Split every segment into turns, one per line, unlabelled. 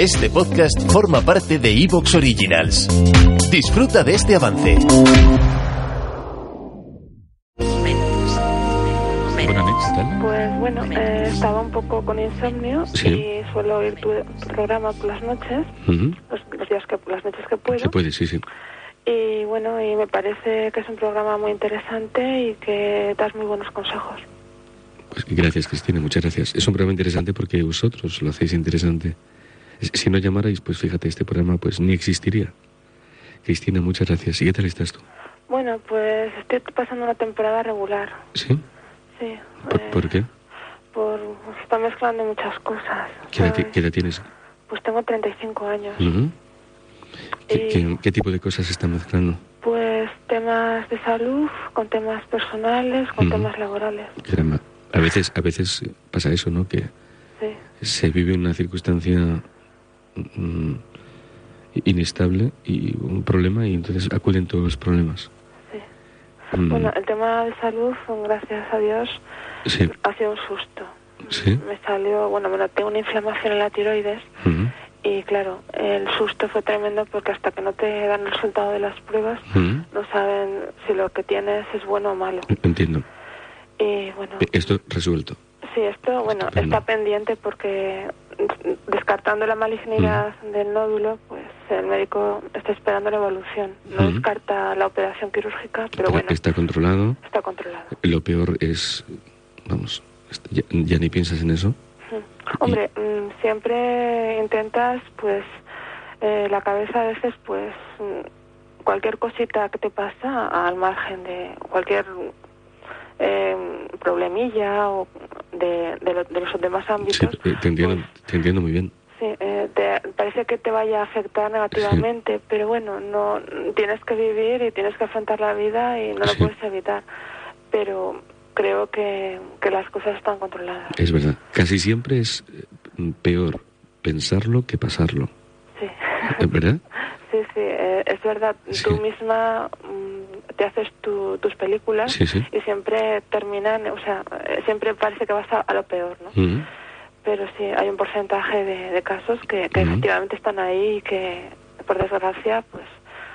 Este podcast forma parte de Evox Originals. Disfruta de este avance.
Buenas noches, ¿qué tal?
Pues bueno, eh, estaba un poco con insomnio
Sí.
y suelo oír tu, tu programa por las noches,
Ujú.
los, los días que las noches que puedo.
Se puede, sí, pues. sí.
Y bueno, y me parece que es un programa muy interesante y que das muy buenos consejos.
Pues gracias, Cristina, muchas gracias. Es un programa interesante porque vosotros lo hacéis interesante. Es- Si no llamarais, pues fíjate, este programa pues ni existiría. Cristina, muchas gracias. ¿Y qué tal estás tú?
Bueno, pues estoy pasando una temporada regular,
¿Sí?
sí.
¿Por,
eh,
por qué?
por- se están mezclando muchas cosas.
¿Qué edad, ti-
¿sabes?
qué edad tienes?
Pues tengo 35 años.
Ujú. ¿Qué,
Eh.
qué- qué tipo de cosas se están mezclando?
Pues temas de salud, con temas personales, con
Ujú.
temas laborales,
Caramba, A veces, a veces pasa eso, ¿no? Que
sí.
se vive una circunstancia mm, inestable y un problema y entonces acuden todos los problemas.
Sí.
Mm,
Bueno, el tema de salud, pues, gracias a Dios,
sí,
ha sido un susto.
sí.
Me salió, bueno, bueno, tengo una inflamación en la tiroides
ujú,
y claro, el susto fue tremendo porque hasta que no te dan el resultado de las pruebas
ujú,
no saben si lo que tienes es bueno o malo.
Entiendo.
Y bueno,
E- Esto resuelto.
sí, esto, bueno,
Estupendo.
está pendiente porque mm, descartando la malignidad del nódulo, pues el médico está esperando la evolución. No
Ujú.
descarta la operación quirúrgica, pero bueno,
Está controlado.
está controlado.
Lo peor es, vamos, est- ya, ya ni piensas en eso.
Hombre, mm, siempre intentas, pues, eh, la cabeza a veces, pues, mm, cualquier cosita que te pasa al margen de cualquier eh, problemilla o de, de lo- de los demás
Sí,
ámbitos, pues,
eh, te, entiendo, te entiendo muy bien.
sí, eh, te- parece que te vaya a afectar negativamente, pero bueno, no tienes que vivir y tienes que afrontar la vida y no lo
Sí.
puedes evitar. Pero creo que, que las cosas están controladas.
Es verdad. Casi siempre es eh, m- peor pensarlo que pasarlo.
Sí.
¿Eh, ¿Verdad?
Sí, sí, eh, es verdad.
Sí.
Tú misma mm, te haces tu- tus películas
Sí, sí.
y siempre terminan, o sea, eh, siempre parece que vas a, a lo peor, ¿no?
Ujú.
Pero sí, hay un porcentaje de, de casos que, que
Ujú.
efectivamente están ahí y que, por desgracia, pues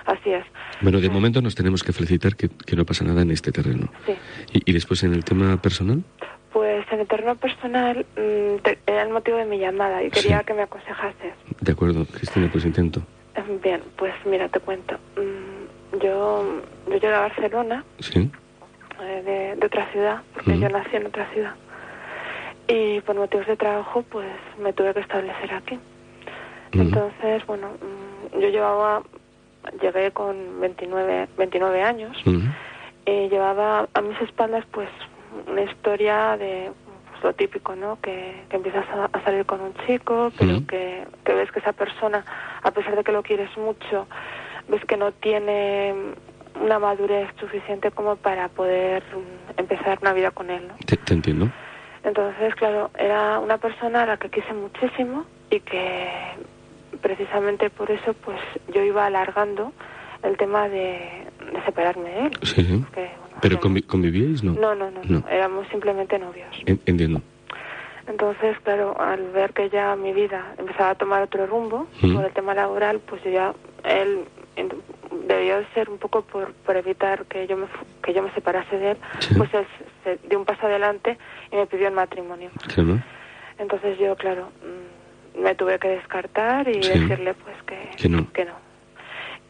así es.
Bueno, de momento nos tenemos que felicitar que, que no pasa nada en este terreno.
Sí.
Y, y después en el tema personal,
Pues en el terreno personal mm, te- era el motivo de mi llamada y quería
Sí.
que me aconsejases.
de acuerdo, Cristina, pues intento.
Eh, Bien, pues mira, te cuento. Mm, Yo, yo llegué a Barcelona
Sí,
eh, de, de otra ciudad, porque
Ujú.
yo nací en otra ciudad. Y por motivos de trabajo, pues me tuve que establecer aquí.
Ujú.
Entonces, bueno, mm, yo llevaba, llegué con 29, 29 años
Ujú.
y eh, llevaba a mis espaldas, pues, una historia de pues, lo típico, ¿no? Que, que empiezas a, a salir con un chico, pero
Ujú.
que, que ves que esa persona, a pesar de que lo quieres mucho, ves que no tiene una madurez suficiente como para poder mm, empezar una vida con él, ¿no?
te, te entiendo.
Entonces, claro, era una persona a la que quise muchísimo y que precisamente por eso pues yo iba alargando el tema de, de separarme de él.
Sí, sí.
Porque, bueno,
Pero
yo-
convi- convivíais, ¿no?
no, no, no,
No. Eh.
no, éramos simplemente novios.
En- entiendo.
Entonces, claro, al ver que ya mi vida empezaba a tomar otro rumbo
Mm.
por el tema laboral, pues yo ya, él en- debió de ser un poco por, por evitar que yo me fu- que yo me separase de él,
Sí.
pues él se, se dio un paso adelante y me pidió el matrimonio.
Caramba,
Entonces yo, claro, mm, me tuve que descartar y
Sí.
decirle pues que,
Que no.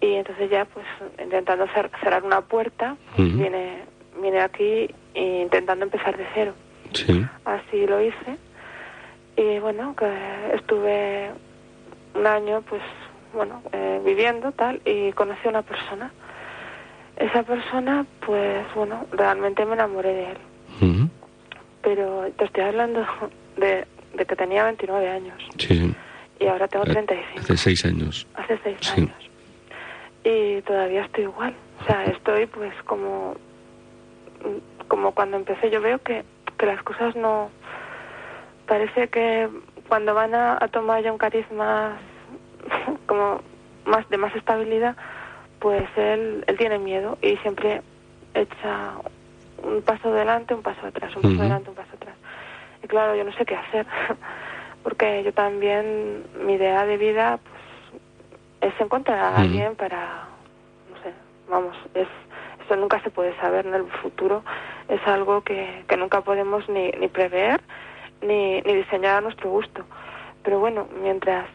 Y entonces ya, pues intentando cer- cerrar una puerta, pues,
Ujú.
vine, vine aquí e intentando empezar de cero.
Sí,
Así lo hice. Y bueno, que estuve un año, pues, bueno, eh, viviendo tal, y conocí a una persona. Esa persona, pues, bueno, realmente me enamoré de él
Ujú.
pero te estoy hablando de de que tenía 29 años.
Sí, sí.
Y ahora tengo
Ha-
35.
Eh, Hace seis años.
Hace seis
Sí.
años. Y todavía estoy igual. O sea, estoy pues como, como cuando empecé. Yo veo que, que las cosas no... Parece que cuando van a, a tomar ya un cariz más, como más de más estabilidad, pues él, él tiene miedo y siempre echa un paso adelante, un paso atrás, un paso
Ujú.
adelante, un paso atrás. Y claro, yo no sé qué hacer, porque yo también, mi idea de vida pues, es encontrar a
Ujú.
alguien para, no sé, vamos, es, eso nunca se puede saber en el futuro, es algo que, que nunca podemos ni, ni prever ni, ni diseñar a nuestro gusto. Pero bueno, mientras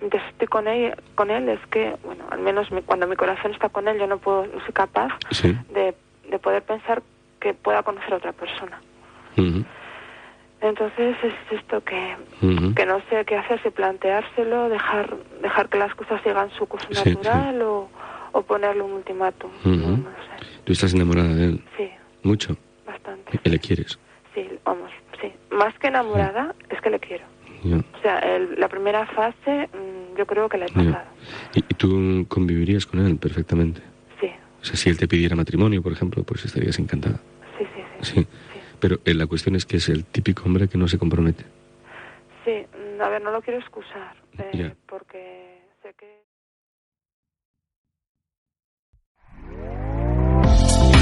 mientras estoy con él, con él es que, bueno, al menos mi- cuando mi corazón está con él, yo no puedo, no soy capaz
Sí.
de, de poder pensar que pueda conocer a otra persona.
Ujú,
Entonces es esto que,
ujú.
que no sé qué hacer, si planteárselo, dejar, dejar que las cosas sigan su curso
Sí,
natural o, o ponerle un ultimátum.
Ujú.
no, no sé.
Tú estás enamorada de él.
Sí,
Mucho.
bastante.
Y le quieres.
Sí, vamos, sí. Más que enamorada, es que le quiero.
Ya.
O sea, el- la primera fase mm, yo creo que la he
Ya.
pasado.
Y, y tú convivirías con él perfectamente.
Sí,
O sea, si él te pidiera matrimonio, por ejemplo, pues estarías encantada.
sí, sí, sí.
Sí. Pero eh, la cuestión es que es el típico hombre que no se compromete.
Sí, mm, a ver, no lo quiero excusar, eh,
Ya.
porque sé que...